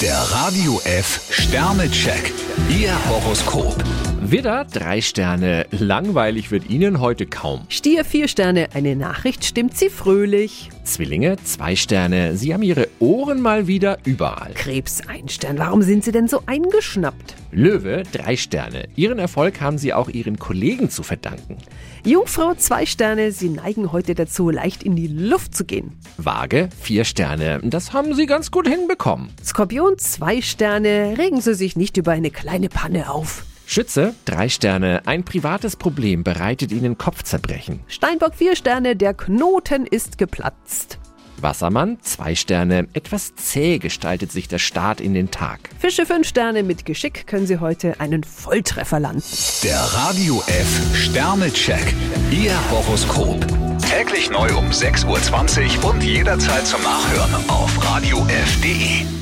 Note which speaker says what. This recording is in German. Speaker 1: Der Radio F Sternecheck. Ihr Horoskop.
Speaker 2: Widder, drei Sterne. Langweilig wird Ihnen heute kaum.
Speaker 3: Stier vier Sterne, eine Nachricht stimmt Sie fröhlich.
Speaker 2: Zwillinge, zwei Sterne. Sie haben Ihre Ohren mal wieder überall.
Speaker 3: Krebs ein Stern, warum sind Sie denn so eingeschnappt?
Speaker 2: Löwe, drei Sterne. Ihren Erfolg haben Sie auch Ihren Kollegen zu verdanken.
Speaker 3: Jungfrau zwei Sterne, Sie neigen heute dazu, leicht in die Luft zu gehen.
Speaker 2: Waage, vier Sterne. Das haben Sie ganz gut hinbekommen.
Speaker 3: Skorpion zwei Sterne, regen Sie sich nicht über eine kleine Panne auf.
Speaker 2: Schütze, drei Sterne. Ein privates Problem bereitet Ihnen Kopfzerbrechen.
Speaker 3: Steinbock vier Sterne, der Knoten ist geplatzt.
Speaker 2: Wassermann, zwei Sterne. Etwas zäh gestaltet sich der Start in den Tag.
Speaker 3: Fische fünf Sterne, mit Geschick können Sie heute einen Volltreffer landen.
Speaker 1: Der Radio F Sternecheck. Ihr Horoskop. Täglich neu um 6.20 Uhr und jederzeit zum Nachhören auf Radio radiof.de.